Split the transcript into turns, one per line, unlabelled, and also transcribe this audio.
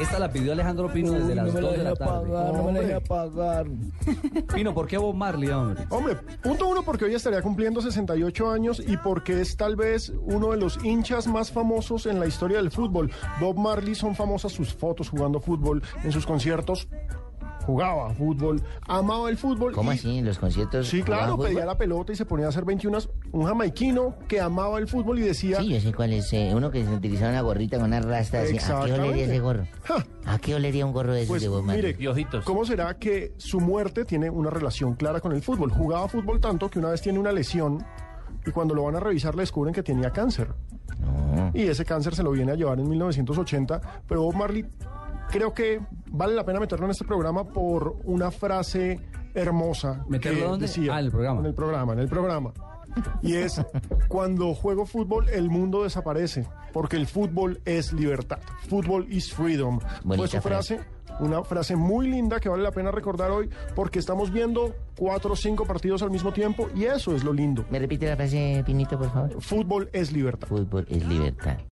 Esta la pidió Alejandro Pino desde las 2 de la tarde.
no me la deje
apagar.
Pino, ¿por qué Bob Marley, hombre?
Hombre, punto uno porque hoy estaría cumpliendo 68 años y porque es tal vez uno de los hinchas más famosos en la historia del fútbol. Bob Marley son famosas sus fotos jugando fútbol en sus conciertos. Jugaba fútbol, amaba el fútbol.
¿Cómo
y-
así? ¿En los conciertos?
Sí, claro,
jugaban
pedía
fútbol?
la pelota y se ponía a hacer 21. Un jamaiquino que amaba el fútbol y decía,
Sí, yo sé cuál es. eh, uno que se utilizaba una gorrita con una rasta así. ¿A qué olería
Exactamente.
ese gorro?
Ja.
¿A qué olería un gorro de esos
Pues
de Bob Marley?
mire,
Piojitos.
¿cómo será que su muerte tiene una relación clara con el fútbol? Jugaba fútbol tanto que una vez tiene una lesión y cuando lo van a revisar le descubren que tenía cáncer. Y ese cáncer se lo viene a llevar en 1980, pero Bob Marley creo que vale la pena meterlo en este programa por una frase hermosa.
¿Meterlo
que
dónde?
decía-
Ah, en el programa.
En el programa, en el programa. Y es, cuando juego fútbol, el mundo desaparece, porque el fútbol es libertad. Fútbol is freedom. Fue
Bonita
su frase, una frase muy linda que vale la pena recordar hoy, porque estamos viendo cuatro o cinco partidos al mismo tiempo, y eso es lo lindo.
¿Me repite la frase, Pinito, por favor?
Fútbol es libertad.
Fútbol es libertad.